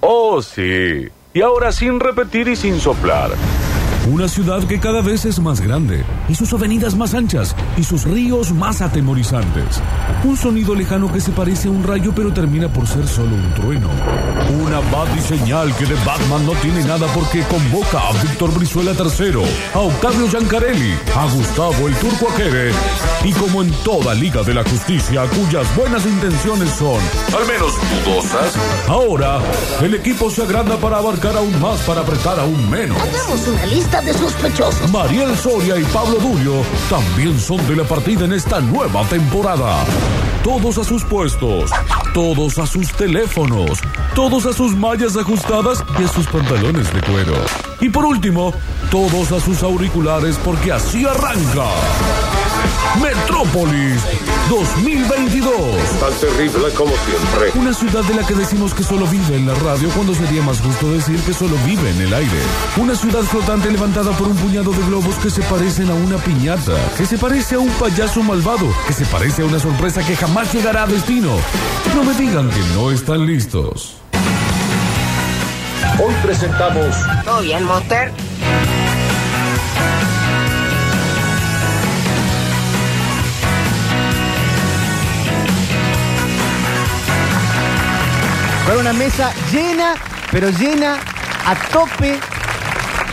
Oh, sí. Y ahora sin repetir y sin soplar. Una ciudad que cada vez es más grande, y sus avenidas más anchas, y sus ríos más atemorizantes. Un sonido lejano que se parece a un rayo pero termina por ser solo un trueno. Una batiseñal que de Batman no tiene nada porque convoca a Víctor Brizuela III, a Octavio Giancarelli, a Gustavo el Turco Aquere, y como en toda Liga de la Justicia cuyas buenas intenciones son, Al menos dudosas. ahora el equipo se agranda para abarcar aún más para apretar aún menos. Hagamos una lista de sospechosos. Mariel Soria y Pablo Durio también son de la partida en esta nueva temporada. Todos a sus puestos, todos a sus teléfonos, todos a sus mallas ajustadas y a sus pantalones de cuero. Y por último, todos a sus auriculares porque así arranca. Metrópolis 2022. Tan terrible como siempre. Una ciudad de la que decimos que solo vive en la radio cuando sería más justo decir que solo vive en el aire. Una ciudad flotante levantada por un puñado de globos que se parecen a una piñata, que se parece a un payaso malvado, que se parece a una sorpresa que jamás llegará a destino. No me digan que no están listos. Hoy presentamos ¿Todo bien, Monster? Con una mesa llena, pero llena a tope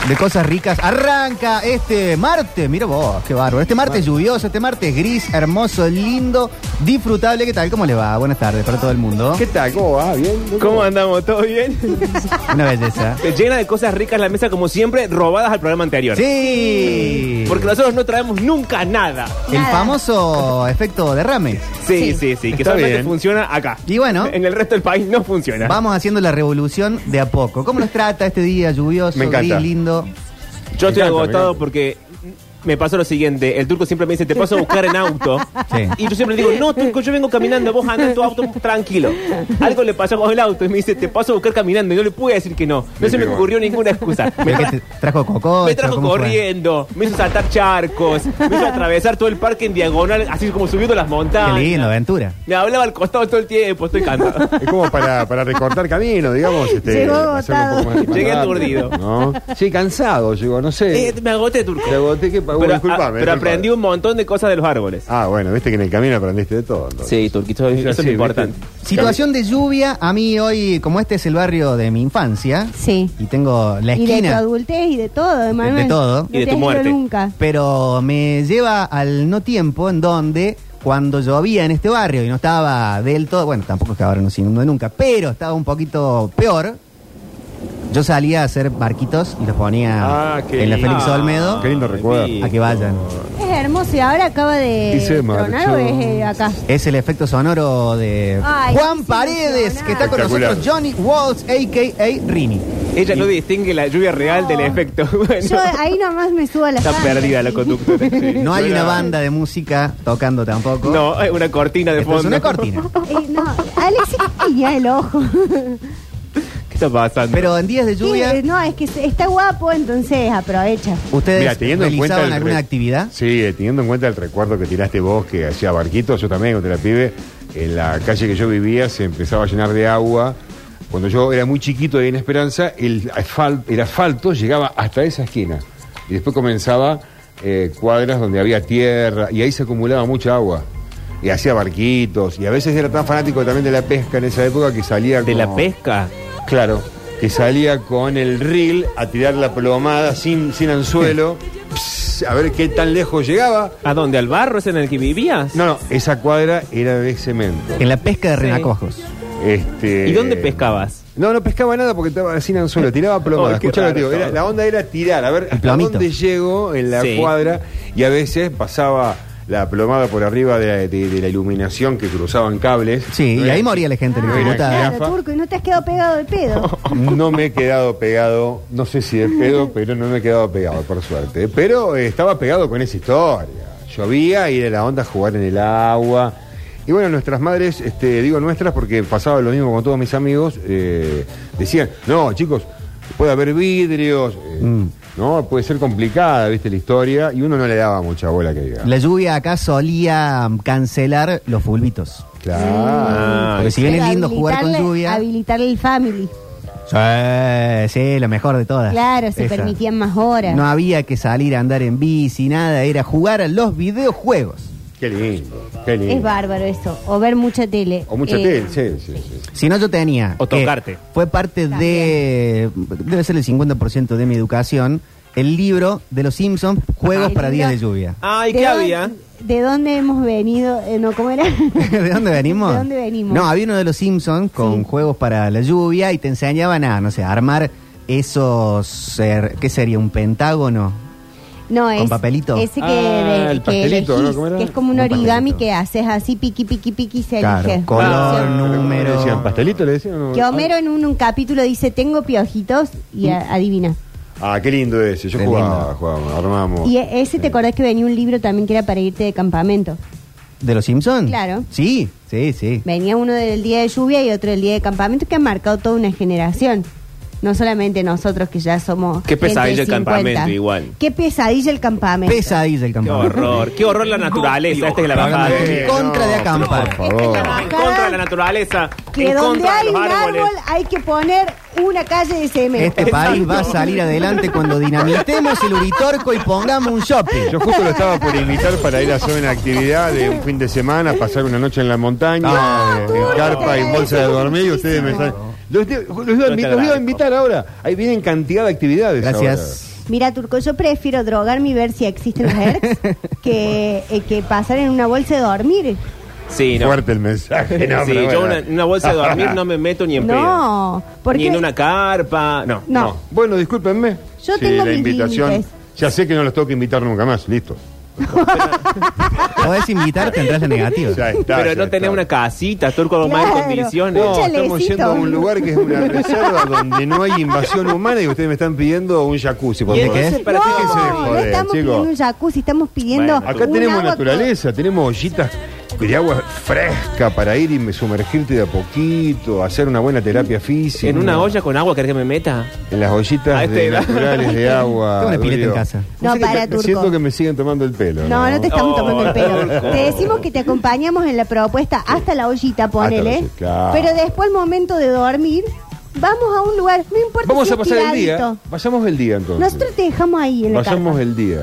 de cosas ricas. Arranca este martes, mira vos, qué bárbaro. Este martes lluvioso, este martes gris, hermoso, lindo, disfrutable. ¿Qué tal? ¿Cómo le va? Buenas tardes para todo el mundo. ¿Qué tal? ¿Cómo va? ¿Bien? ¿Cómo andamos? ¿Todo bien? Una belleza. Llena de cosas ricas la mesa, como siempre, robadas al programa anterior. Sí. Porque nosotros no traemos nunca nada. El famoso efecto derrame. Sí, sí, sí, que Está solamente bien. funciona acá. Y bueno. En el resto del país no funciona. Vamos haciendo la revolución de a poco. ¿Cómo nos trata este día lluvioso, Me encanta. gris, lindo? Yo estoy Me encanta, me agotado encanta. porque me pasó lo siguiente. El turco siempre me dice, te paso a buscar en auto. Sí. Y yo siempre le digo, no, turco, yo vengo caminando, vos andás en tu auto tranquilo. Algo le pasó con el auto y me dice, te paso a buscar caminando. Y no le pude decir que no. No se me pegó. ocurrió ninguna excusa. Me ¿Pero qué te trajo coco? Me trajo corriendo, me hizo saltar charcos, me hizo atravesar todo el parque en diagonal, así como subiendo las Qué montañas. lindo, aventura. Me hablaba al costado todo el tiempo, estoy cansado. Es como para, para recortar camino, digamos. Este, Llegó hacerlo agotado. poco más- más Llegué rápido, aturdido. ¿no? Sí, cansado, llegó, no sé. Eh, me agoté, turco. Te agoté que pero, disculpame. ah, pero disculpame. aprendí un montón de cosas de los árboles. Ah, bueno, viste que en el camino aprendiste de todo. entonces. Sí, turquito, eso Sí, es ¿viste? lo importante. Situación de lluvia, a mí hoy, como este es el barrio de mi infancia, Sí. y tengo la Y de tu esquina, adultez y de todo, Emanuel. de todo. No Y de te tu has ido muerte. nunca. pero me lleva al no tiempo en donde cuando llovía en este barrio y no estaba del todo, bueno, tampoco es que ahora no se inunde nunca, pero estaba un poquito peor, yo salía a hacer barquitos y los ponía Ah, qué en la lindo. Félix Olmedo Qué lindo recuerdo. Sí. a que vayan. Es hermoso y ahora acaba de Y se tronar marchó. o es eh, acá. Es el efecto sonoro de Ay, Juan es Paredes, impresionante. que está con Espectacular. nosotros, Johnny Walls, a.k.a. Rini. Ella no distingue la lluvia real del efecto. Bueno, Yo ahí nomás me subo a la está sala. perdida la conductora. Sí. No hay Yo una era- banda de música tocando tampoco. No, hay una cortina de Esto fondo. es una cortina. Eh, no, Alexis guiña el ojo. ¿Qué está pasando? Pero en días de lluvia, Sí, no, es que se- está guapo, entonces aprovecha. ¿ustedes Mira, teniendo en cuenta realizaban el alguna re- actividad? Sí, eh, teniendo en cuenta el recuerdo que tiraste vos, que hacía barquitos, yo también cuando era pibe, en la calle que yo vivía se empezaba a llenar de agua. Cuando yo era muy chiquito ahí en Esperanza, el, asfal- el asfalto llegaba hasta esa esquina. Y después comenzaba eh, cuadras donde había tierra y ahí se acumulaba mucha agua. Y hacía barquitos. Y a veces era tan fanático también de la pesca en esa época que salía ¿De la como- pesca? Claro, que salía con el reel a tirar la plomada sin, sin anzuelo, Pss, a ver qué tan lejos llegaba. ¿A dónde? ¿Al barro es en el que vivías? No, no, esa cuadra era de cemento. En la pesca de renacojos. Este, ¿Y dónde pescabas? No, no pescaba nada porque estaba sin anzuelo, tiraba plomada. Ay, qué Escuchalo, raro tío, era- todo. la onda era tirar, a ver hasta plomito. dónde llego en la Sí. cuadra y a veces pasaba la plomada por arriba de, de- de la iluminación que cruzaban cables. Sí, No y era- ahí moría la gente. Ah, le era preguntaba. jirafa. Claro, turco, y no te has quedado pegado de pedo. No me he quedado pegado, no sé si de pedo, pero no me he quedado pegado, por suerte. Pero eh, estaba pegado con esa historia. Llovía y era la onda jugar en el agua. Y bueno, nuestras madres, este, digo nuestras porque pasaba lo mismo con todos mis amigos, eh, decían, no, chicos, puede haber vidrios, eh, Mm. no, puede ser complicada, viste, la historia, y uno no le daba mucha bola que diga. La lluvia acá solía mm, cancelar los fulbitos. Claro. Porque Pues si bien Pero Ah, es lindo jugar con habilitarle- lluvia, Habilitarle el family. Sí, sí, lo mejor de todas. Claro, se Ah, Esa. permitían más horas. No había que salir a andar en bici, nada, era jugar a los videojuegos. Qué lindo, qué lindo. eh. Es bárbaro eso. O ver mucha tele. O mucha Eh, tele, sí, sí, sí. Si no, yo tenía. O que tocarte. Fue parte de. Debe ser el 50% de mi educación. El libro de los Simpsons, Juegos El para Días de libro- Lluvia. Ay, ¿de Ah, ¿qué dónde- había? ¿De dónde hemos venido? Eh, no, ¿cómo era? ¿De dónde venimos? ¿De dónde venimos? No, había uno de los Simpsons con juegos para la lluvia y te enseñaban a, no sé, a armar esos. eh, ¿Qué sería? ¿Un pentágono? No, ¿Con es- papelito? Ese que, Ah, de- el que pastelito, ¿no? elegís, ¿Cómo era? que es como un Un origami pastelito. que haces así, piqui, piqui, piqui, y se Claro, elige. color, Sí. Ah, número. ¿cómo le decían? ¿Pastelito le decían? o no? Que Homero en un, un capítulo dice, tengo piojitos, Mm. y a- adivina. Ah, qué lindo ese. Yo Qué jugaba, lindo. jugaba, armábamos. Y e- ese, ¿te acordás que venía un libro también que era para irte de campamento? ¿De los Simpsons? Claro. Sí, sí, sí. Venía uno del día de lluvia y otro del día de campamento que ha marcado toda una generación. No solamente nosotros que ya somos. Qué gente de pesadilla el 50. campamento igual. Qué pesadilla el campamento. Pesadilla el Qué campamento. horror, qué horror la naturaleza. Esta es la Hablando bajada. de- en contra de Por acampar. favor. En contra de la naturaleza. Que en donde contra hay de un los árboles. árbol hay que poner una calle de cemento. Este país va a salir adelante cuando dinamitemos el Uritorco y pongamos un shopping. Yo justo lo estaba por invitar para ir a hacer una actividad de un fin de semana, pasar una noche en la montaña, Ah, en carpa y en bolsa de dormir, y ustedes me salen. Los, de- los voy a te invi- los voy a agradezco. invitar ahora. Ahí vienen cantidad de actividades. Gracias. Mira, Turco, yo prefiero drogarme y ver si existen los hertz que, eh, que pasar en una bolsa de dormir. Sí, ahora. no. Fuerte el mensaje. no, sí, pero yo bueno. una, en una bolsa de dormir no me meto ni en pedo. No, porque Ni en una carpa. No. No. Bueno, discúlpenme. Yo Sí, tengo la mis invitación. límites. Ya sé que no los tengo que invitar nunca más. Listo. Podés invitar, tendrás la negativa. Ya está, Pero ya no tenés está. una casita, turco, con más Claro. condiciones. No, Un estamos chalecito. yendo a un lugar que es una reserva donde no hay invasión humana y ustedes me están pidiendo un jacuzzi. Por ¿Y favor. entonces para no, qué que se deje no joder, estamos chico? pidiendo un jacuzzi, estamos pidiendo. Bueno, Acá un tenemos agua naturaleza, tenemos ollitas de agua fresca para ir y me- sumergirte de a poquito, hacer una buena terapia física. ¿En una olla con agua querés que me meta? En las A ollitas esta de edad. naturales de agua. Tengo una pileta en Durio. casa. este No, sé que para, te- Turco. Siento que me siguen tomando el pelo. No, no te estamos Oh, tomando el pelo. Turco. Te decimos que te acompañamos en la propuesta hasta la ollita, Hasta la ponele. ollita, claro. Pero después, al momento de dormir, vamos a un lugar, no importa Vamos si a es pasar el día. tiradito. Vayamos el día entonces. Nosotros te dejamos ahí en la Vayamos carpa. el día.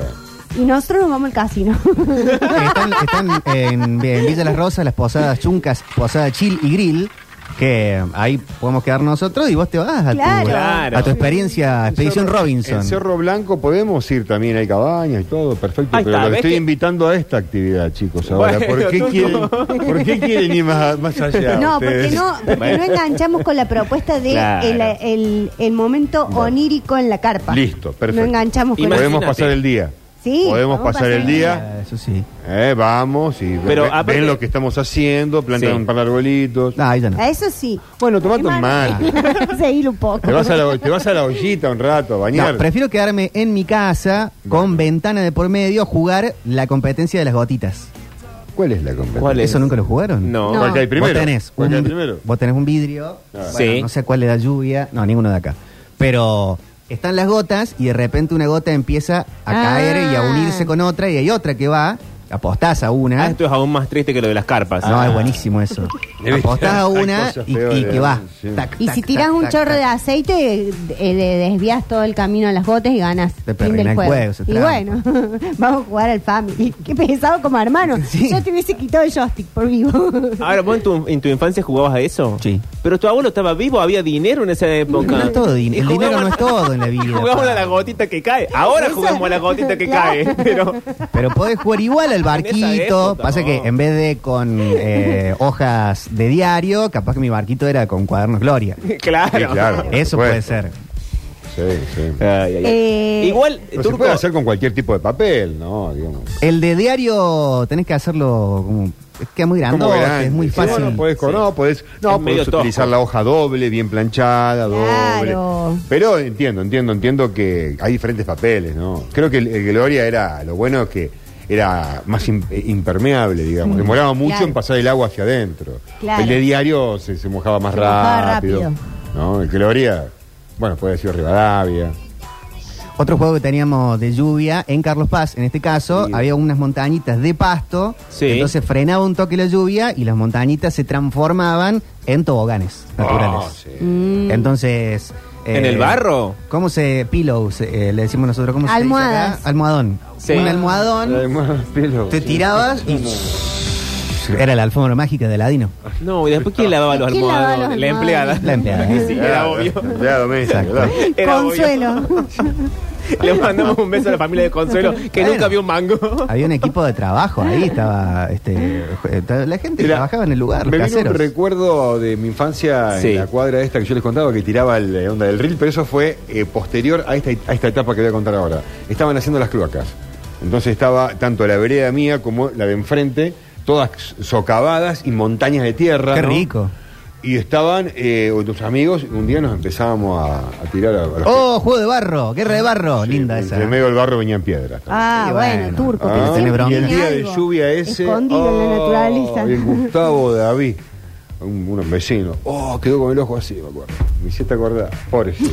Y nosotros nos vamos al casino. Están, están en, en Villa Las Rosas las posadas Chuncas, Posada Chill y Grill, que ahí podemos quedar nosotros y vos te vas a, tu- Claro. a tu, Claro. experiencia, Expedición En Cerro- Robinson. En Cerro Blanco podemos ir también, hay cabañas y todo, perfecto. Ahí pero está, los ¿ves estoy que- invitando a esta actividad, chicos, ahora. Bueno, ¿Por, qué Turco. quieren, ¿Por qué quieren ir más, más allá? no, porque ustedes? no, porque no enganchamos con la propuesta de Claro. el, el- el momento onírico en la carpa. Listo, perfecto. No enganchamos con Imagínate. Podemos pasar el día. Sí, Podemos vamos a pasar, el día. Ah, Eso sí. Eh, vamos y Pero, ven, aparte- ven lo que estamos haciendo, plantan Sí. un par de arbolitos. No, ahí ya no. A eso sí. Bueno, tomate un mate. Seguir un poco. Te vas, a la, te vas a la ollita un rato a bañar. No, prefiero quedarme en mi casa con ventana de por medio a jugar la competencia de las gotitas. ¿Cuál es la competencia? ¿Cuál es? ¿Eso nunca lo jugaron? No. ¿Cuál cae primero? Vos tenés, ¿Cuál cae un, primero? vos tenés un vidrio, bueno, Sí. no sé cuál le da lluvia, no, ninguno de acá. Pero están las gotas y de repente una gota empieza a Ah. caer y a unirse con otra y hay otra que va, apostás a Ah, una. esto es aún más triste que lo de las carpas. No, es buenísimo eso. Apostás a Hay una cosas y, peores, y que va. sí. Tac, Y tac, si tac, tiras un tac, chorro tac. de aceite, eh, eh, le desvías todo el camino a las botes y ganas. Te Fin perdiné del el juego. juego, se y traba. bueno, vamos a jugar al family. Qué pesado como hermano. Sí. Yo te hubiese quitado el joystick por vivo. Ah. Ahora, ¿vos en tu, en tu infancia jugabas a eso? Sí. Pero tu abuelo estaba vivo, había dinero en esa época. No es todo din- Y el jugaban- dinero no es todo en la y vida. Jugábamos pa. a la gotita que cae. Ahora Eso- jugamos a la gotita que cae. Claro. Pero Pero podés jugar igual al En esa barquito. época, Pasa no. que en vez de con eh, hojas de diario, capaz que mi barquito era con cuadernos Gloria. claro. Sí, claro. por Eso puede supuesto. ser. Sí, sí. Ay, ay, ay. Eh, Igual, Pero se Turco, puede hacer con cualquier tipo de papel, ¿no? Digamos. El de diario tenés que hacerlo como. Es que es muy Como grandote, grande. es muy Sí, fácil. bueno, podés con- Sí. No, podés, no, Es medio podés utilizar tosco. la hoja doble, bien planchada, Claro. doble. Pero entiendo, entiendo, entiendo que hay diferentes papeles, ¿no? Creo que el, el Gloria era, lo bueno es que era más im- eh, impermeable, digamos. Demoraba mucho Mm. Claro. en pasar el agua hacia adentro. Claro. El de diario se, se mojaba más Se mojaba rápido. rápido. ¿no? El Gloria, bueno, puede decir Rivadavia. Otro juego que teníamos de lluvia en Carlos Paz, en este caso, Sí. había unas montañitas de pasto. Sí. Entonces frenaba un toque la lluvia y las montañitas se transformaban en toboganes naturales. Ah, sí. Entonces, eh, ¿En el barro? ¿Cómo se. pillows, eh, le decimos nosotros? ¿Cómo se dice Almohadas. acá? Almohadón. Sí. Un almohadón, te tirabas y. Era la alfombra mágica de Aladino. No, y después ¿quién lavaba los ¿Quién lavaba almohadones? los La empleada. almohadones? La empleada. Sí, era obvio. Ya, Doménica, Exacto. claro. Era obvio. Consuelo. Le mandamos un beso a la familia de Consuelo, que Bueno. nunca vio un mango. Había un equipo de trabajo ahí, estaba. Este, la gente Mira, trabajaba en el lugar, los Me vino caseros. un recuerdo de mi infancia Sí. en la cuadra esta que yo les contaba que tiraba el eh, onda del reel, pero eso fue eh, posterior a esta, a esta etapa que voy a contar ahora. Estaban haciendo las cloacas. Entonces estaba tanto la vereda mía como la de enfrente, todas socavadas y montañas de tierra. Qué ¿no? rico. Y estaban eh, tus amigos, un día nos empezábamos a, a tirar a, a los Oh, juego de barro, guerra de barro, linda esa. entre medio del barro venían piedras. Ah, Sí, bueno, bueno. turco. Ah, pero tiene siempre bronca. y el tiene día de algo lluvia ese. Escondido en la oh, naturaleza. el Gustavo David, un, un vecino. Oh, quedó con el ojo así, me acuerdo. Me hiciste acordar. Pobre. Sí,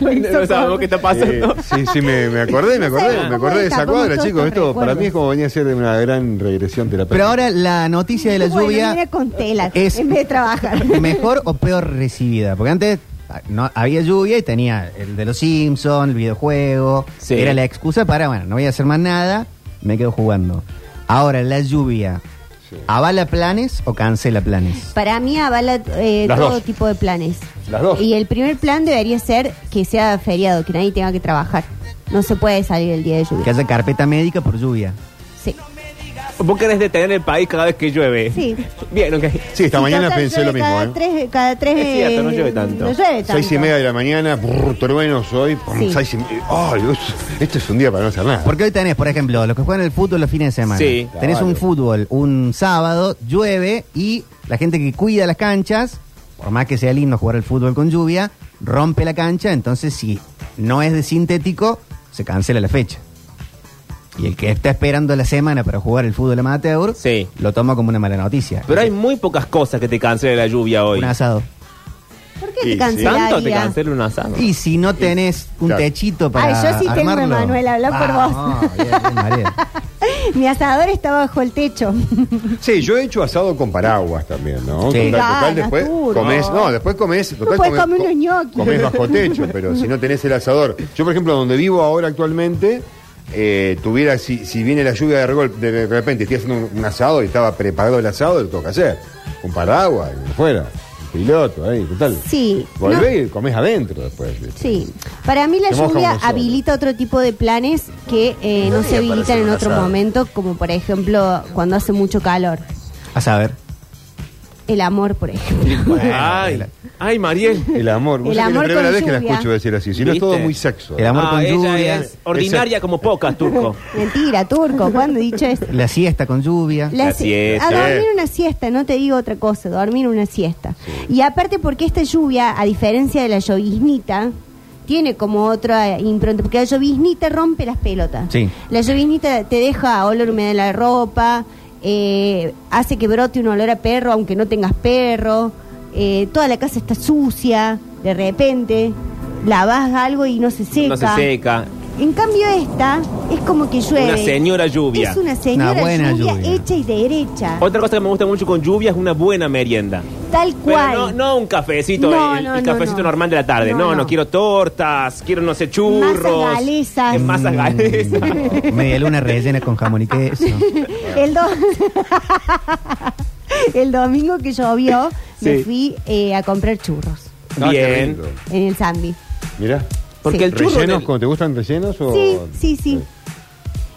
No sabemos qué está pasando. sí, sí, me, me acordé, me acordé, me acordé de esa Tapamos cuadra, todos chicos. estos Esto para mí es como venía a ser de una gran regresión terapéutica. Pero ahora la noticia de la Bueno, lluvia. mira con tela, es- en vez de trabajar. ¿Mejor o peor recibida? Porque antes ah, no, había lluvia y tenía el de los Simpsons, el videojuego. Sí. Era la excusa para, bueno, no voy a hacer más nada, me quedo jugando. Ahora, la lluvia, ¿avala planes o cancela planes? Para mí avala eh, Las todo dos. tipo de planes. Las dos. Y el primer plan debería ser que sea feriado, que nadie tenga que trabajar. No se puede salir el día de Que lluvia. haya carpeta médica por lluvia. Sí. Vos querés detener el país cada vez que llueve. Sí. Bien, ok. Sí, esta Y mañana total, pensé llueve lo mismo, cada ¿eh? Tres, cada tres. Es cierto, no eh, llueve tanto. No llueve tanto. Seis y media de la mañana, brr, truenos hoy. pum, Sí. seis y media. Ay, Dios, este es un día para no hacer nada. Porque hoy tenés, por ejemplo, los que juegan el fútbol los fines de semana. Sí. Tenés Claro. un fútbol un sábado, llueve y la gente que cuida las canchas, por más que sea lindo jugar el fútbol con lluvia, rompe la cancha, entonces si no es de sintético, se cancela la fecha. Y el que está esperando la semana para jugar el fútbol amateur, Sí. lo toma como una mala noticia. Pero hay muy pocas cosas que te cancelen la lluvia hoy. un asado. ¿Por qué Y te sí. cancelaría? ¿Tanto te cancela un asado? Y si no tenés un Claro. techito para Ay, yo sí tengo, armarlo, Emanuel, habla por vamos, vos. bien, bien, Mariel. Mi asador está bajo el techo. Sí, yo he hecho asado con paraguas también, ¿no? Total, Sí. total, Ganas, después duro. comés, no, después comés, total, Ah, puedes comés- comer co- unos ñoquis. comés bajo techo, pero si no tenés el asador. Yo, por ejemplo, donde vivo ahora actualmente, eh, tuviera, si, si viene la lluvia de, gol- de, de repente, estoy haciendo un, un asado y estaba preparado el asado, lo tengo que hacer. Con paraguas, y fuera, un piloto, ahí, total. Sí, Volvés y comés adentro después. Sí. Para mí la Se moja lluvia uno solo. habilita otro tipo de planes que eh, no se habilitan en otro momento, como por ejemplo cuando hace mucho calor. A saber. El amor, por ejemplo. Ay, ay, Mariel. El amor, vos El sabés que es amor la primera con vez que la lluvia. escucho decir así, si no es ¿Viste? todo muy sexo. El amor Ah, con ella lluvia. es ordinaria como pocas, Turco. Mentira, turco, ¿cuándo he dicho eso? La siesta con lluvia. La La si- siesta. A dormir una siesta, no te digo otra cosa, dormir una siesta. Y aparte porque esta lluvia, a diferencia de la lloviznita, tiene como otra impronta, porque la lloviznita rompe las pelotas. Sí. La lloviznita te deja olor húmedo en la ropa, eh, hace que brote un olor a perro aunque no tengas perro, eh, toda la casa está sucia, de repente, lavas algo y no se seca. No se seca. En cambio esta es como que llueve. Una señora lluvia. Es una señora Una buena lluvia, lluvia. hecha y derecha. Otra cosa que me gusta mucho con lluvia es una buena merienda. tal cual. Oh, Pero no, no un cafecito, No, el, no, el no, cafecito no. normal de la tarde. No, No, no, no. quiero tortas, quiero no sé churros. Masas galesas. Eh, Masas galesas. Mm, Media luna rellena con jamón y queso. El, do- el domingo que llovió, me Sí. fui eh, a comprar churros Ah, qué Bien. rico. en el Zambi. Mirá. Porque Sí. el churro ¿Rellenos? del- como ¿Te gustan rellenos? Oh, O... Sí, sí, sí.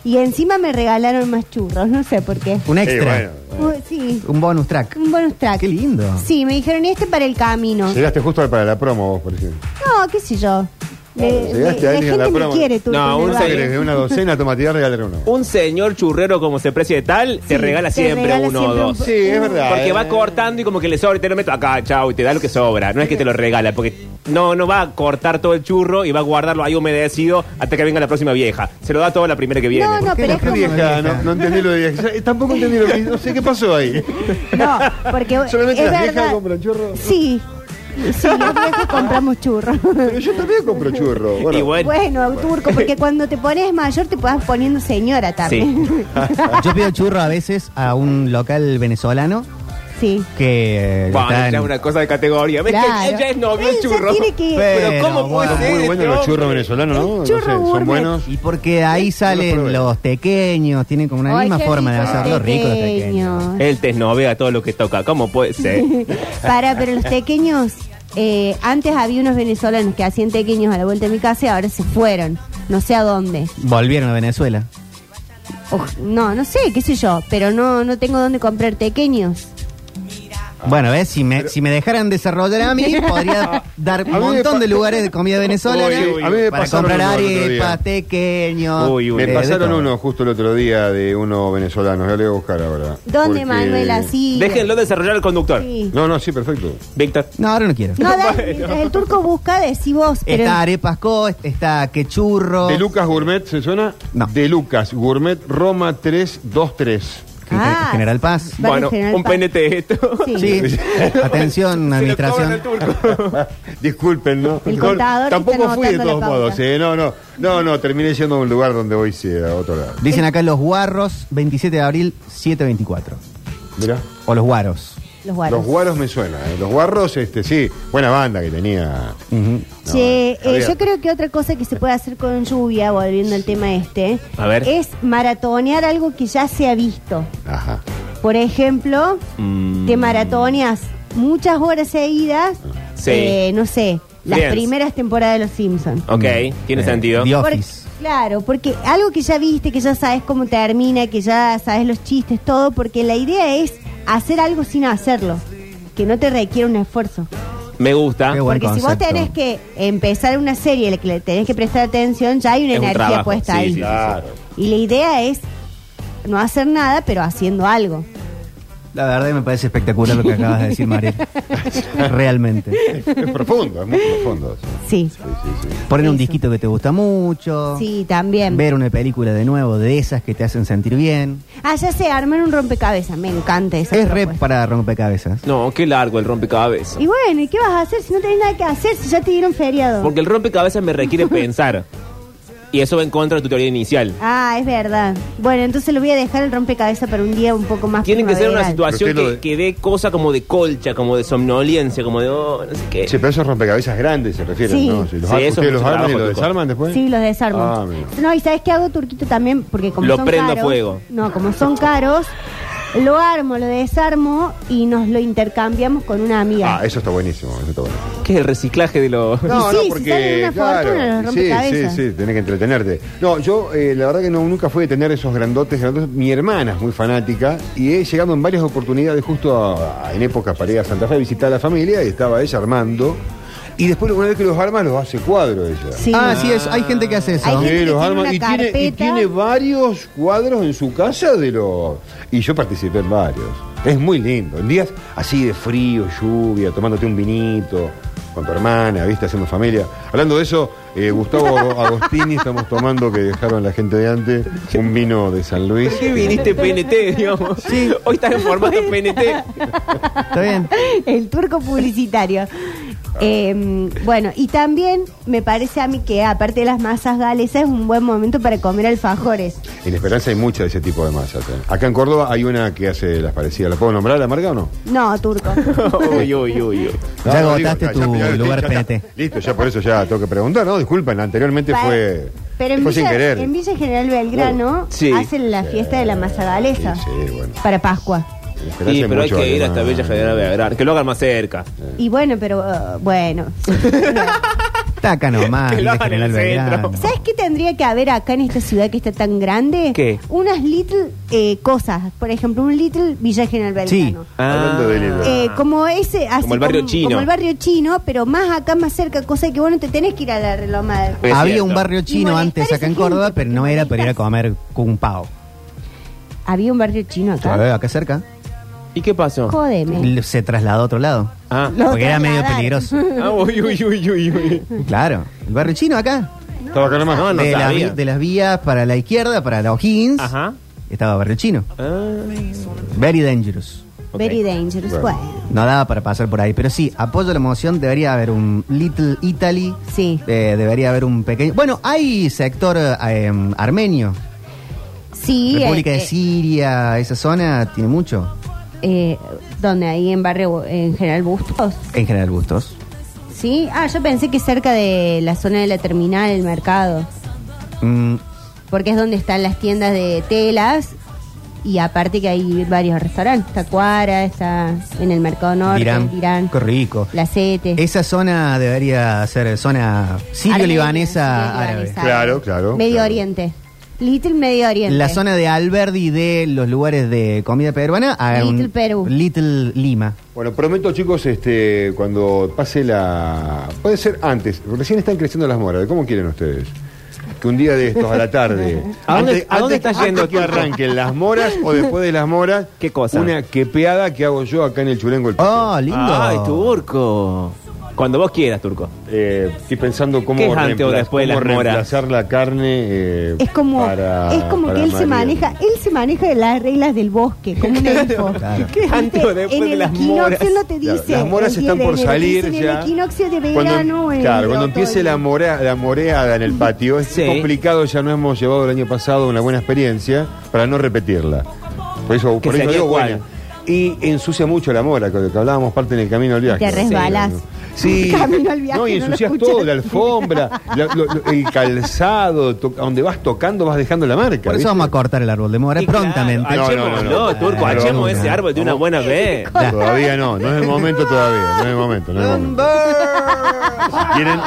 Y encima me regalaron más churros, no sé por qué. Un Sí, extra. bueno. Uh, sí, Un bonus track. un bonus track. Qué lindo. Sí, me dijeron este para el camino. Llegaste justo para la promo vos, por ejemplo. No, qué sé yo. Llegaste Le- le- a la alguien a gente la me promo. quiere, tú. No, un Sé que desde una docena tomatidad regalar uno. Un señor churrero como se precie de tal, te Sí, regala te siempre regala uno siempre o un- dos. Sí, es verdad. Porque Eh. va cortando y como que le sobra y te lo meto acá, chao, y te da lo que sobra. No es que te lo regala, porque no, no va a cortar todo el churro y va a guardarlo ahí humedecido hasta que venga la próxima vieja. Se lo da todo a la primera que viene. No, no, qué pero la es Qué como... vieja, no, no entendí lo de vieja. Ya, eh, Tampoco entendí lo que No sé qué pasó ahí. No, porque Solamente es las viejas verdad. compran churros. Sí, sí, los viejos compramos churros. Pero yo también compro churro. Bueno, Y bueno, Bueno, turco, porque cuando te pones mayor te vas poniendo señora también. Yo pido churro a veces a un local venezolano. sí. que eh, Bueno, están- ya es una cosa de categoría. ¿Ves que Claro. ella es novio Ella churro? tiene que- Pero, Pero ¿cómo puede bueno. ser? Muy buenos este los churros hombre? venezolanos, ¿no? El No churro sé, son gourmet. buenos. y porque ahí salen probé. los pequeños, tienen como una Ay, misma qué forma de rico hacerlo los rico los pequeños. tequeños. Él te es novia a todo lo que toca. ¿Cómo puede ser? Para, pero los pequeños, eh, antes había unos venezolanos que hacían pequeños a la vuelta de mi casa y ahora se fueron. No sé a dónde. Volvieron a Venezuela. O- no, no sé, qué sé yo. Pero no, no tengo dónde comprar pequeños. Ah. Bueno, ves, si me, si me dejaran desarrollar a mí, podría dar un A mí me montón de pa- lugares de comida venezolana Uy, uy, a mí me para pasaron comprar uno el otro día. arepas, tequeños. eh, Uy, uy, de- Me de pasaron todo. uno justo el otro día de uno venezolano, ya le voy a buscar ahora. ¿Dónde, Porque- Manuel? Así. Déjenlo desarrollar al conductor. Sí. No, no, sí, perfecto. Víctor. No, ahora no quiero. No, dale, mientras el turco busca, decí vos. Pero Está arepas co, está quechurro. De Lucas Gourmet, ¿se suena? No. De Lucas Gourmet, Roma 323. Gen- General Paz. Vale, Bueno, General un Paz. PNT esto. Ah, Sí. Sí. Atención, Se lo cobran administración. al turco. Disculpen, ¿no? El No, contador que Tampoco está fui de anotando la todos pauta. modos. eh, No, no, no, no, terminé yendo a un lugar donde voy sí, a otro lado. Dicen acá los guarros, 27 de abril, 724. Mirá. O los guaros. Los guaros. Los guaros me suena. eh. Los guarros, este, sí, buena banda que tenía. No, Che, eh, Javier. yo creo que otra cosa que se puede hacer con lluvia, volviendo al tema este, A ver. es maratonear algo que ya se ha visto. Ajá. Por ejemplo, te maratoneas muchas horas seguidas, Sí. eh, no sé, las Friends. primeras temporadas de Los Simpsons. Ok, tiene Eh, sentido. The Porque- Office. claro, porque algo que ya viste, que ya sabes cómo termina, que ya sabes los chistes, todo, porque la idea es hacer algo sin hacerlo, que no te requiere un esfuerzo. Me gusta. Qué bueno. buen Porque si vos concepto. tenés que empezar una serie a la que le tenés que prestar atención, ya hay una Es un energía trabajo. puesta Sí, ahí. sí, sí, Claro. Y la idea es no hacer nada, pero haciendo algo. La verdad que me parece espectacular lo que acabas de decir, Mari. Realmente. Es profundo, es muy profundo. sí, Sí, sí, sí. Poner un Eso. disquito que te gusta mucho. sí, también. Ver una película de nuevo de esas que te hacen sentir bien. Ah, ya sé, armar un rompecabezas. Me encanta esa Es re propuesta. para rompecabezas. No, qué largo el rompecabezas. Y bueno, ¿y qué vas a hacer si no tenés nada que hacer? Si ya te dieron feriado. Porque el rompecabezas me requiere pensar. Y eso va en contra de tu teoría inicial. Ah, es verdad. Bueno, entonces lo voy a dejar el rompecabezas para un día un poco más Tiene que ser una primaveral. situación Pero que, usted que dé cosa como de colcha, como de somnolencia, como de oh, no sé qué. Sí, pero esos rompecabezas grandes se refieren, Sí. ¿no? Si los Sí, ar- eso es ¿Ustedes los mucho arman y trabajo, los Tuco. desarman después? Sí, los desarmo. Ah, mira. no, y ¿sabes qué hago, Turquito? También, porque como Lo son prendo a caros... fuego. No, como son caros, lo armo, lo desarmo y nos lo intercambiamos con una amiga. Ah, eso está buenísimo, eso está buenísimo. ¿Qué es el reciclaje de los.? No, Pues sí, no, si salen porque. una fortuna, los sí, sí, rompecabezas. sí, tenés que entretenerte. No, yo eh, la verdad que no, nunca fui de tener esos grandotes, grandotes. Mi hermana es muy fanática y he llegado en varias oportunidades justo a- a- en épocas para ir a Santa Fe a visitar a la familia y estaba ella armando. Y después, una vez que los armas, los hace cuadro ella. Sí. Ah, sí, es, hay gente que hace eso. Hay Sí, gente que los tiene arma- una y, tiene, y carpeta. tiene varios cuadros en su casa de los... Y yo participé en varios. Es muy lindo. En días así de frío, lluvia, tomándote un vinito con tu hermana, viste, haciendo familia. Hablando de eso, eh, Gustavo Ag- Agostini estamos tomando, que dejaron la gente de antes, un vino de San Luis. ¿Por qué viniste PNT, digamos? Sí. Hoy estás en formato PNT. Está bien. El turco publicitario. Eh, bueno, y también me parece a mí que, aparte de las masas galesas, es un buen momento para comer alfajores. En Esperanza hay mucha de ese tipo de masas. ¿eh? Acá en Córdoba hay una que hace las parecidas. ¿La puedo nombrar, la marca o no? No, turco. uy, uy, uy, uy. No, Ya no, agotaste digo, tu ya, ya, lugar ya, ya. PNT. Listo, ya por eso ya tengo que preguntar, ¿no? Disculpen, anteriormente Pa- Este fue, Pero en fue sin Villa, querer. en Villa General Belgrano Sí. hacen la fiesta de la masa galesa Sí, sí, bueno. para Pascua. En Esperanza Sí, pero hay mucho que ir hasta alemán. Bella General Belgrano. Que lo hagan más cerca. Y bueno, pero uh, bueno. Está acá nomás. Que lo hagan en el General centro. Belgrano. ¿Sabes qué tendría que haber acá en esta ciudad que está tan grande? ¿Qué? Unas little eh, cosas. Por ejemplo, un little Villa General Belgrano. Sí. Ah. Hablando de libros. Eh, como ese así Como el barrio chino. como el barrio chino pero más acá más cerca cosa que vos no te tenés que ir a la reloma de- Es Había cierto. un barrio Y chino molestar antes a esa acá en gente, Córdoba, porque pero no era para ir a comer Kung Pao. ¿Ah? había un barrio chino Lo acá veo acá cerca. ¿Y qué pasó? Jódeme L- Se trasladó a otro lado. Ah. Lo Porque era medio trasladaron. peligroso. Ah, uy, uy, uy, uy, uy. Claro. El barrio chino acá. Estaba acá nomás. No, no de, la sabía. vi- de las vías para la izquierda, para la O'Higgins. Ajá. Estaba barrio chino. Ah, Very dangerous. ok. very dangerous Bueno. bueno. No daba para pasar por ahí. Pero sí, apoyo la moción. Debería haber un Little Italy. Sí. Eh, debería haber un pequeño. Bueno, hay sector eh, em, armenio. sí República eh, de Siria, esa zona tiene mucho. eh, ¿Dónde? Ahí en barrio, en General Bustos. En general, gustos. ¿Sí? Ah, yo pensé que cerca de la zona de la terminal, el mercado. Mm, Porque es donde están las tiendas de telas. Y aparte que hay varios restaurantes. Está Cuara, está en el Mercado Norte, Dirán. Dirán, Qué rico. Placete. Esa zona debería ser zona sirio-libanesa Armenia, árabe. sirio-libanesa. Claro, claro, Medio claro. Oriente. Little Medio Oriente. La zona de Alberdi de los lugares de comida peruana a Little un- Perú. Little Lima. Bueno, prometo, chicos, este, cuando pase la. Puede ser antes, recién están creciendo las moras. ¿Cómo quieren ustedes? Que un día de estos a la tarde. ¿A dónde- Antes- a dónde antes- estás yendo, antes que Turco? arranquen las moras o después de las moras? ¿Qué cosa? Una quepeada que hago yo acá en el chulengo el Oh, lindo. Ay, Ah, turco. Cuando vos quieras, turco. Eh, estoy pensando cómo, ¿Qué es antes o reemplaz- después de cómo las moras? reemplazar la carne. eh, Es como, para- es como para que él se María. maneja, él se maneja de las reglas del bosque, como un elfo. Claro. ¿Qué antes o Viste, después en de el las equinoccio moras? no te Claro, dice. las moras el están día por de enero, te salir dicen ya. El equinoccio de Cuando- verano. en claro, el cuando empiece otoño. la, mora, la moreada en el patio, es Sí. complicado, ya no hemos llevado el año pasado una buena experiencia para no repetirla. Por eso, Que por eso sería digo igual. buena. Y ensucia mucho la mora, con lo que hablábamos parte en el camino al viaje. Te resbalás. Sí, Camino al viaje, no, y no lo ensucias escuchas. todo, la alfombra, la- lo- lo- el calzado, to- donde vas tocando vas dejando la marca. Por eso ¿viste? vamos a cortar el árbol de mora Y prontamente. claro, No, hachemos- no, no, no, no. turco, Ah, hachemos no. ese árbol de una buena vez. Todavía no, no es el momento todavía, no es el momento, no es el momento. Si quieren,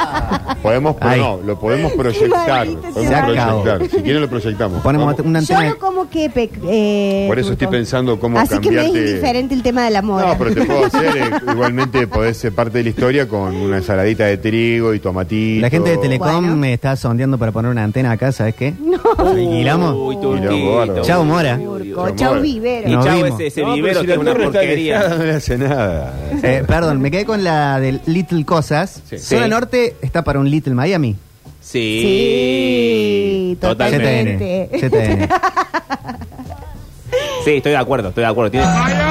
podemos, pero Ahí. no, lo podemos proyectar. Maldita podemos sea. proyectar. Si quieren lo proyectamos. Ponemos Vamos. una Yo antena. no como que eh, Por eso estoy turco. pensando cómo Así cambiarte. que me es indiferente el tema de la moda. No, pero te puedo hacer, eh, igualmente podés ser parte de la historia con una ensaladita de trigo y tomatito. La gente de Telecom Bueno. me está sondeando para poner una antena acá, ¿sabes qué? No. Uy, ¿Alquilamos? turquito. Chau, Mora. Turco, chau, vivero. Y Nos chau vimos. ese, ese No, pero vivero si que la es una torre está porquería. alejada, No le hace nada. Eh, perdón, me quedé con la de Little Cosas. Zona Sí. Norte está para un Little Miami. Sí, Sí, totalmente. CTN. CTN. Sí, estoy de acuerdo, estoy de acuerdo. Tiene,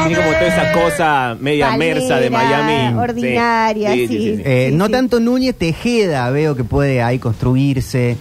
tiene como toda esa cosa media Palera, mersa de Miami. Sí. ordinaria, sí. Eh, Sí, no sí. tanto Núñez Tejeda, veo que puede ahí construirse.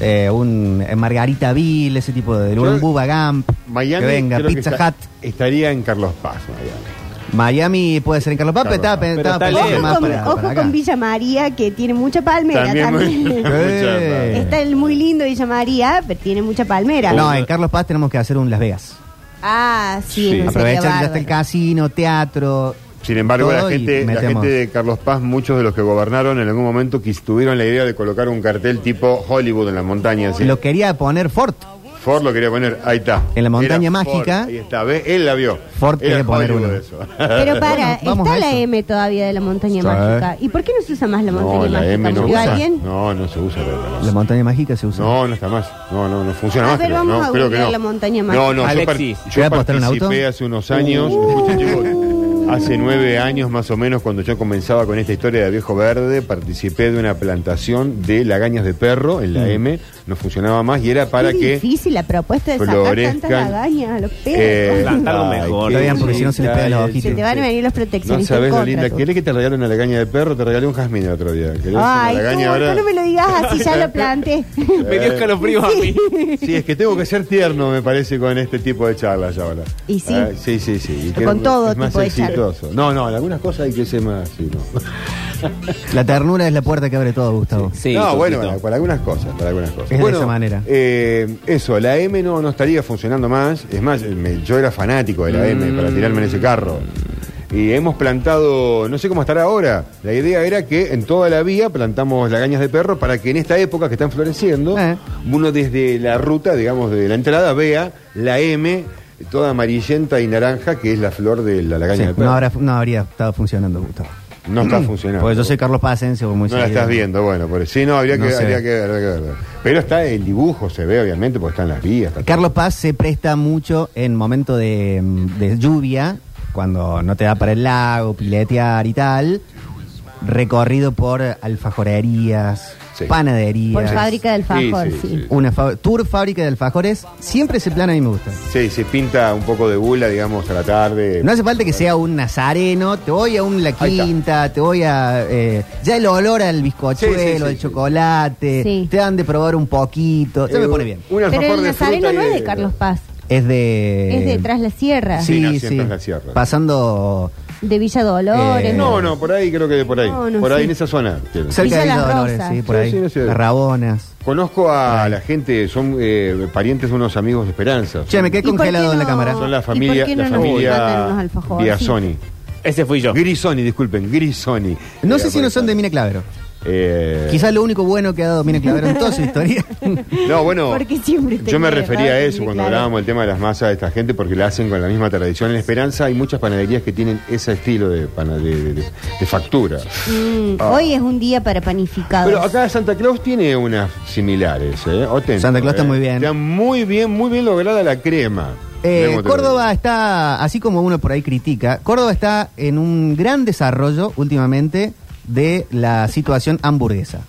eh, un eh, Margarita Vil, ese tipo de lugar. Yo- Un Bubba Gump. Miami. que venga, creo que Pizza está- Hut. Estaría en Carlos Paz, Miami. Miami puede ser en Carlos Paz, pero Carlos estaba, Paz. pe- Pero estaba está pensando lejos. más Ojo, con, para, ojo para acá. con Villa María, que tiene mucha palmera También. también. Eh. Está el muy lindo Villa María, pero tiene mucha palmera. No, en Carlos Paz tenemos que hacer un Las Vegas. Ah, Sí. sí, no sería Aprovechar que ya está el bárbaro. casino, teatro. Sin embargo, la todo y gente, la metemos. gente de Carlos Paz, muchos de los que gobernaron en algún momento que tuvieron la idea de colocar un cartel tipo Hollywood en la montaña. así. Lo quería poner Ford. Ford lo quería poner, ahí está. En la montaña Era mágica. Ford, Ahí está, ve, él la vio. Ford Era quería poner Hollywood uno. eso. Pero para, Bueno, vamos a está la eso. M todavía de la montaña Sí. mágica. ¿Y por qué no se usa más la montaña No, la mágica? M no ¿Murió usa. alguien? No, no se usa la La M. montaña mágica se usa. No, no está más. No, no, no funciona A más. ver, creo. vamos no, creo a que googlear no. la montaña mágica. Uh. No, no, yo, par- Alexis, yo ¿voy a apostar un participé auto? hace unos años. escuchen, chicos, hace nueve años más o menos, cuando yo comenzaba con esta historia de Viejo Verde, participé de una plantación de lagañas de perro en la Mm. M. No funcionaba más y era para Qué que. difícil la propuesta de sacar tantas florezcan. lagañas a los perros. eh, Plantaron ay, mejor. qué Está bien, porque si no se les pegan los detalle, ojitos. Se te van a che. venir los No proteccionistas sabes, en lo contra. linda. tú. ¿Querés que te regale una lagaña de perro? Te regalé un jazmín el otro día. ¿Querés Ay, una tú, lagaña ahora? no me lo digas así, ya lo planteé. Me dio escalofrío a mí. Sí, es que tengo que ser tierno, me parece, con este tipo de charlas ahora. Y sí. Ah, sí, sí, sí. Y que con es todo más tipo de exitoso. No, no, en algunas cosas hay que ser más. sí, no, La ternura es la puerta que abre todo, Gustavo. Sí, No, turquito. bueno, para, para algunas cosas, para algunas cosas. Es de Bueno, esa manera. eh, eso, la M no, no estaría funcionando más. Es más, me- yo era fanático de la M Mm. para tirarme en ese carro. Y hemos plantado, no sé cómo estará ahora. La idea era que en toda la vía plantamos lagañas de perro para que en esta época que están floreciendo, Eh. uno desde la ruta, digamos, de la entrada vea la M toda amarillenta y naranja que es la flor de la lagaña Sí, de perro. no, habrá- no habría estado funcionando, Gustavo. no está funcionando. Porque yo soy Carlos Pasense, muy No la seguido. estás viendo, bueno, por sí, no, habría, No que, sé. habría que ver, habría que ver. Pero está el dibujo, se ve obviamente, porque están las vías. está todo. Carlos Paz se presta mucho en momento de, mm, de lluvia, cuando no te da para el lago, piletear y tal. Recorrido por alfajorerías, Sí. panaderías. Por fábrica del alfajor, Sí, sí, sí. sí. Una fa- tour fábrica de alfajores. Siempre ese plan a mí me gusta. Sí, se pinta un poco de bula, digamos, a la tarde. No hace falta que sea un nazareno, te voy a un La Eh, Ahí está. Quinta, te voy a... eh, ya el olor al bizcochuelo, Sí, sí, sí, al sí. chocolate, Sí. te dan de probar un poquito, ya Eh, me pone bien. Un alfajor Pero el de fruta nazareno y no es de Carlos Paz. Es de. Es de Tras la Sierra, Sí, Sí, nació en sí. Tras la Sierra. Pasando de Villa Dolores. Eh, No, no, por ahí creo que de por ahí. No, no por ahí sé. en esa zona. tiene. cerca Villa de Las Isla Dolores, Rosas. sí, por Sí, ahí. sí, no sé. Las Rabonas. Conozco a la gente, son eh, parientes de unos amigos de Esperanza. Che, me ¿Y quedé por qué congelado en la no? cámara. Son la ¿Y por familia, qué no la nos mandan unos familia alfajorcitos? Biasoni. Ese fui yo. Grisoni, disculpen, Grisoni. No Eh, sé si no son de Mina Clavero. Eh, Quizás lo único bueno que ha dado Mina Clavero en toda su historia. No, bueno, Porque siempre yo me tenía refería a error, eso sí, cuando claro. hablábamos del tema de las masas de esta gente, porque la hacen con la misma tradición. En Esperanza hay muchas panaderías que tienen ese estilo de, pana- de, de- de- de factura. Mm, Hoy es un día para panificados. Ah. Pero acá Santa Claus tiene unas similares, ¿eh? Atento, Santa Claus está ¿eh? muy bien. Está muy bien, muy bien lograda la crema. Mirá Eh, cómo te lo Córdoba digo. está, así como uno por ahí critica, Córdoba está en un gran desarrollo últimamente de la situación hamburguesa.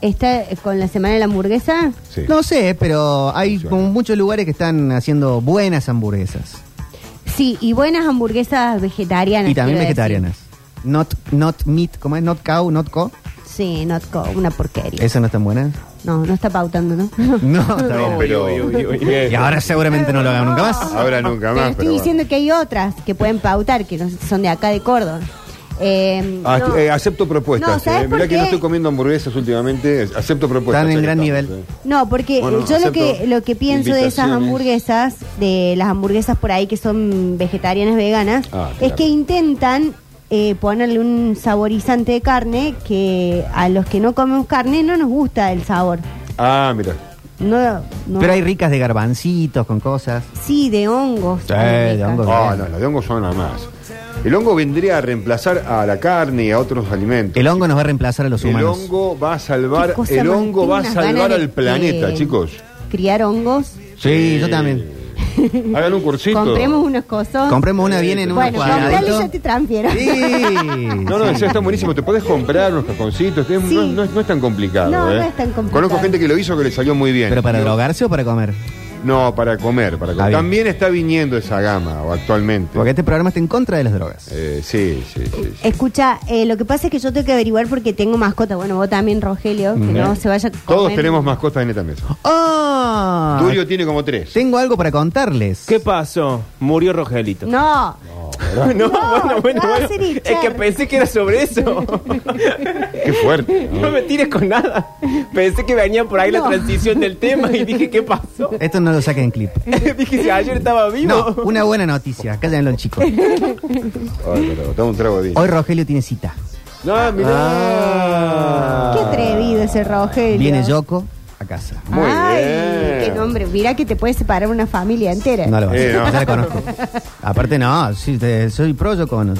Está eh, con la semana de la hamburguesa. Sí. No sé, pero hay Funciona. como muchos lugares que están haciendo buenas hamburguesas. Sí, y buenas hamburguesas vegetarianas. Y también quiero decir. vegetarianas. Not, not meat, ¿cómo es? Not cow, not co. Sí, not co- una porquería. ¿Esas no están buenas? No, no está pautando, ¿no? No, está No, bien. pero- Uy, uy, uy, uy. Y ahora seguramente no lo hagan nunca más. Ahora nunca Pero más. estoy pero bueno. diciendo que hay otras que pueden pautar, que no son de acá de Córdoba. Eh, Ah, no. eh, acepto propuestas. No, ¿sabes eh. Mirá por que no qué? estoy comiendo hamburguesas últimamente. eh, Acepto propuestas. Están en ya que gran estamos, nivel. eh. No, porque Bueno, eh, yo lo que, acepto lo que pienso de esas invitaciones. hamburguesas, de las hamburguesas por ahí que son vegetarianas, veganas, Ah, claro. es que intentan eh, ponerle un saborizante de carne que a los que no comemos carne no nos gusta el sabor. Ah, mira. No, no. Pero hay ricas de garbancitos con cosas. Sí, de hongos. Sí, son de ricas. hongos. Ah, no, los de hongo son nada más. El hongo vendría a reemplazar a la carne y a otros alimentos. El hongo nos va a reemplazar a los El humanos. hongo va a Qué salvar, cosa el más, hongo tengo va a unas salvar ganas al de- planeta, de chicos. Criar hongos. Sí, yo también. Hagan un cursito. Compremos unos cosos. Compremos una bien en bueno, un comprale y cuadradito. yo te transfiero. Sí. No, no, en serio, está buenísimo. Te podés comprar unos cajoncitos. es- Sí. No, no es- no es tan complicado. No, no ¿eh? es tan complicado. Conozco gente que lo hizo que le salió muy bien. ¿Pero para Digo, drogarse o para comer? No, para comer. Para Ah, comer. bien. También está viniendo esa gama o actualmente. Porque este programa está en contra de las drogas. Eh, sí, sí, sí. sí. Escucha, eh, lo que pasa es que yo tengo que averiguar porque tengo mascota. Bueno, vos también, Rogelio, que no se vaya a comer. Todos tenemos mascotas en esta mesa. ¡Ah! Tulio tiene como tres. Tengo algo para contarles. ¿Qué pasó? Murió Rogelito. No, Ah, No, No, bueno, bueno, no, bueno. Siri, Es que Cher. pensé que era sobre eso. Qué fuerte. ¿no? No me tires con nada. Pensé que venía por ahí No. la transición del tema y dije, ¿qué pasó? Esto no lo saquen en clip. dije, si ayer estaba vivo. No, una buena noticia. Cállenlo, chicos. Ay, pero toma un trago de vino. Hoy Rogelio tiene cita. No, mirá. Ah. qué atrevido ese Rogelio. Viene Yoko a casa. Muy Ay, bien. qué nombre. Mirá que te puede separar una familia entera. No lo va a hacer, Eh, no. ya la conozco. Aparte, no, sí, te- soy pro Yoko Ono.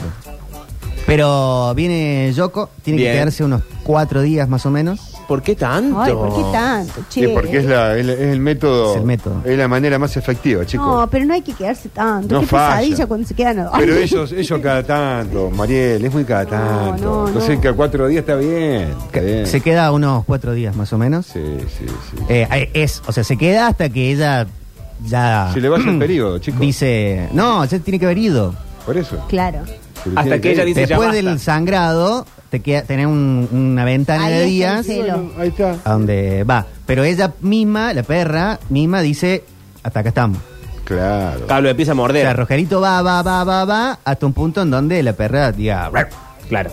Pero viene Yoko, tiene Bien. que quedarse unos cuatro días más o menos. ¿Por qué tanto? Ay, ¿por qué tanto? Che? Sí, porque es, la, es, la- es el método. Es el método. Es la manera más efectiva, chicos. No, pero no hay que quedarse tanto. No qué falla. pesadilla cuando se quedan. Pero Ay, ellos, ellos cada tanto, Mariel, es muy cada No, tanto. no, no. Entonces, cada cuatro días está bien. Está bien. Se queda unos cuatro días más o menos. Sí, sí, sí. Eh, eh, es, o sea, se queda hasta que ella ya Se le vaya el periodo, chicos. ah. dice, no, ya tiene que haber ido. Por eso. Claro. Se le Hasta tiene que ella ir. dice- ya Después basta. del sangrado, te queda, tenés un- una ventana Ahí de está días el celo. Ahí está. a donde va. Pero ella misma, la perra misma, dice, hasta acá estamos. Claro. Carlos empieza a O morder. sea, Rogerito va, va, va, va, va, hasta un punto en donde la perra diga, "Ruah", Claro.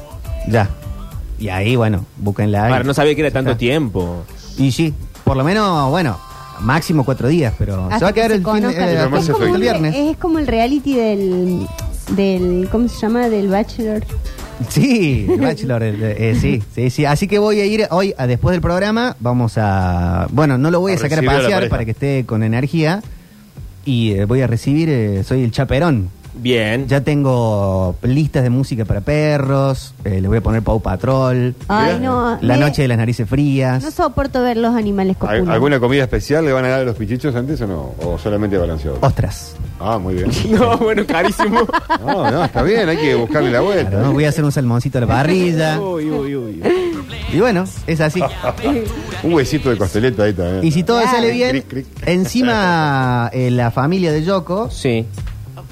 ya. Y ahí, bueno, búsquenla. Ahora, no sabía que era tanto Está. tiempo. Y sí, por lo menos, bueno, máximo cuatro días, pero se Hasta va a quedar que el, fin, conozcan. eh, Lo más es, como hasta el un re- viernes. es como el reality del, del. ¿Cómo se llama? Del Bachelor. Sí, el Bachelor, el- eh, sí, sí, sí. Así que voy a ir hoy, a- después del programa, vamos a... Bueno, no lo voy a, A sacar a recibir a la pasear pareja. para que esté con energía. Y eh, voy a recibir, eh, soy el chaperón. Bien. Ya tengo listas de música para perros, eh, le voy a poner Pau Patrol, Ay, Mirá. no. La me- Noche de las Narices Frías. No soporto ver los animales ¿Al- copulos. ¿Alguna comida especial le van a dar a los pichichos antes o no? ¿O solamente balanceado? Oh. Ostras. Ah, muy bien. No, bueno, carísimo. No, no, está bien, hay que buscarle la vuelta. Claro, voy a hacer un salmoncito a la parrilla. uy, uy, uy. Y bueno, es así. Un huesito de costeleta ahí también. Eh, Y si todo Claro. sale bien, Cric, cric. encima eh, la familia de Yoko, Sí.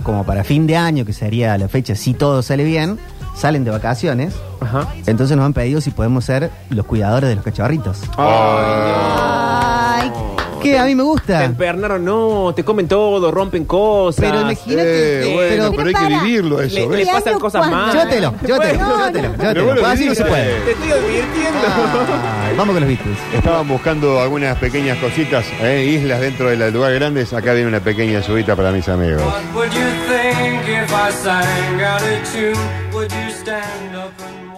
como para fin de año, que sería la fecha, si todo sale bien, salen de vacaciones. Ajá. Entonces nos han pedido si podemos ser los cuidadores de los cachorritos. Ah, Ay, que a mí me Te gusta. empernaron, no, te comen todo, rompen cosas. Pero imagínate. Eh, eh, bueno, pero- pero hay que para. vivirlo eso, Le- ¿ves? le pasan Leandro, cosas ¿cuándo? malas. Llévatelo, llévatelo, No, no, llévatelo, no. Pero llévatelo. bueno, Así no se dice- puede. Te estoy divirtiendo. Ay, vamos con los Beatles. Estaban buscando algunas pequeñas cositas, eh, islas dentro de los lugares grandes. Acá viene una pequeña ayudita para mis amigos. What would you think if I sang out a tune? Would you stand up and